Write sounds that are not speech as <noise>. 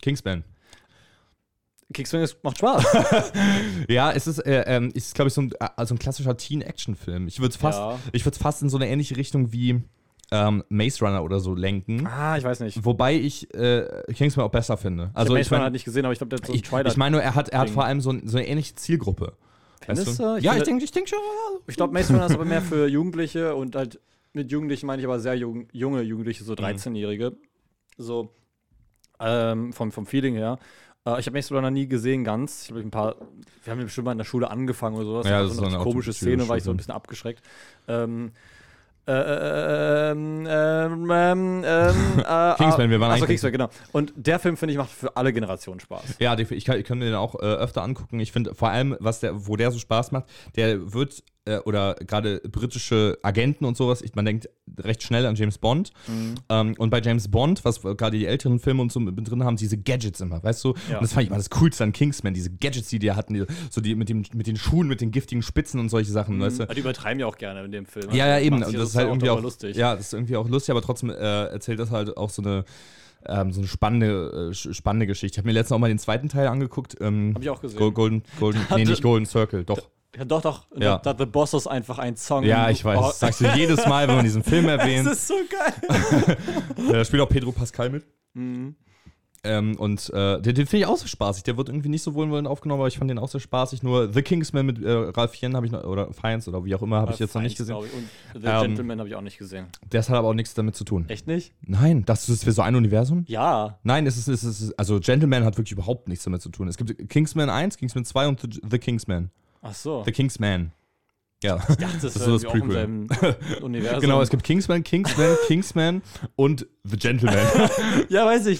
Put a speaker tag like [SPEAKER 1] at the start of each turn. [SPEAKER 1] Kingsman.
[SPEAKER 2] Kingsman ist, macht Spaß.
[SPEAKER 1] Ja, es ist, äh, ähm, ist glaube ich, so ein, also ein klassischer Teen-Action-Film. Ich würde es fast,
[SPEAKER 2] Ja.
[SPEAKER 1] ich würd's fast in so eine ähnliche Richtung wie ähm, Maze Runner oder so lenken.
[SPEAKER 2] ah, ich weiß nicht.
[SPEAKER 1] Wobei ich äh, Kingsman auch besser finde. Also
[SPEAKER 2] ich
[SPEAKER 1] ich
[SPEAKER 2] habe
[SPEAKER 1] meine,
[SPEAKER 2] halt nicht gesehen, aber ich glaube, der hat so einen
[SPEAKER 1] ich,
[SPEAKER 2] Trailer.
[SPEAKER 1] ich meine, nur, er hat, er hat
[SPEAKER 2] Ding.
[SPEAKER 1] vor allem so, ein, so eine ähnliche Zielgruppe.
[SPEAKER 2] Findest
[SPEAKER 1] Weißt
[SPEAKER 2] du? Ich
[SPEAKER 1] ja,
[SPEAKER 2] finde-
[SPEAKER 1] ich denke ich denk schon. ja.
[SPEAKER 2] Ich glaube, Maze Runner ist aber mehr für Jugendliche und halt mit Jugendlichen meine ich aber sehr jung, junge Jugendliche,
[SPEAKER 1] Mhm.
[SPEAKER 2] so 13-Jährige. So ähm, vom, vom Feeling her. Äh, ich habe Maze Runner nie gesehen ganz. Ich habe ein paar, wir haben ja bestimmt mal in der Schule angefangen oder sowas.
[SPEAKER 1] Ja,
[SPEAKER 2] Da war
[SPEAKER 1] das ist
[SPEAKER 2] so
[SPEAKER 1] so
[SPEAKER 2] eine
[SPEAKER 1] eine
[SPEAKER 2] komische
[SPEAKER 1] Automatische
[SPEAKER 2] Szene, war ich so ein
[SPEAKER 1] Schule.
[SPEAKER 2] bisschen abgeschreckt. Ähm, äh, äh, ähm, ähm,
[SPEAKER 1] <laughs>
[SPEAKER 2] ähm, ähm, äh,
[SPEAKER 1] Kingsman, wir waren
[SPEAKER 2] Achso,
[SPEAKER 1] eigentlich-
[SPEAKER 2] Kingsman, genau. Und der Film, finde ich, macht für alle Generationen Spaß.
[SPEAKER 1] Ja, def- ich kann, ich kann mir den auch äh, öfter angucken. Ich finde vor allem, was der, wo der so Spaß macht, der wird, äh, oder gerade britische Agenten und sowas, ich, man denkt recht schnell an James Bond. Ähm, und bei James Bond, was wir gerade die älteren Filme und so mit drin haben, diese Gadgets immer, weißt du?
[SPEAKER 2] Ja.
[SPEAKER 1] Und das fand ich immer das Coolste an Kingsman, diese Gadgets, die die hatten, die, so die mit, dem, mit den Schuhen, mit den giftigen Spitzen und solche Sachen, weißt du?
[SPEAKER 2] Ah, Die übertreiben ja auch gerne in dem Film.
[SPEAKER 1] Ja, ja, eben.
[SPEAKER 2] Macht
[SPEAKER 1] Und
[SPEAKER 2] sich
[SPEAKER 1] das ist halt
[SPEAKER 2] auch
[SPEAKER 1] irgendwie auch
[SPEAKER 2] darüber lustig.
[SPEAKER 1] Ja, das ist irgendwie auch lustig, aber trotzdem äh, erzählt das halt auch so eine, ähm, so eine spannende, äh, sch- spannende Geschichte. Ich habe mir letztens auch mal den zweiten Teil angeguckt. Ähm,
[SPEAKER 2] Hab ich auch gesehen.
[SPEAKER 1] Go- Golden, Golden, nee, nicht Golden Circle, doch.
[SPEAKER 2] Ja, doch, doch.
[SPEAKER 1] Ja.
[SPEAKER 2] Da, da The Boss ist einfach ein Song.
[SPEAKER 1] Ja, ich weiß.
[SPEAKER 2] Oh,
[SPEAKER 1] Das sagst du jedes Mal, wenn man diesen Film
[SPEAKER 2] <laughs> das
[SPEAKER 1] erwähnt.
[SPEAKER 2] ist so geil.
[SPEAKER 1] Äh, Da spielt auch Pedro Pascal mit.
[SPEAKER 2] Mhm.
[SPEAKER 1] Ähm, und äh, den, den finde ich auch so spaßig. Der wird irgendwie nicht so wohlwollend aufgenommen, aber ich fand den auch sehr spaßig. Nur The Kingsman mit äh, Ralph Fiennes habe ich noch, oder Fiennes oder wie auch immer, habe ich jetzt noch nicht gesehen.
[SPEAKER 2] glaub Ich. Und The
[SPEAKER 1] Ähm,
[SPEAKER 2] Gentleman habe ich auch nicht gesehen.
[SPEAKER 1] Das hat aber auch nichts damit zu tun.
[SPEAKER 2] Echt nicht?
[SPEAKER 1] Nein, das ist für so ein Universum?
[SPEAKER 2] Ja.
[SPEAKER 1] Nein, es ist, es ist, also Gentleman hat wirklich überhaupt nichts damit zu tun. Es gibt Kingsman 1, Kingsman 2 und The, The Kingsman.
[SPEAKER 2] Ach so.
[SPEAKER 1] The Kingsman. Ja. <laughs> Genau,
[SPEAKER 2] das ist,
[SPEAKER 1] das
[SPEAKER 2] das
[SPEAKER 1] ist so das
[SPEAKER 2] auch im selben
[SPEAKER 1] <laughs>
[SPEAKER 2] Universum.
[SPEAKER 1] genau, es gibt Kingsman, Kingsman, Kingsman und The Gentleman.
[SPEAKER 2] ja, weiß ich.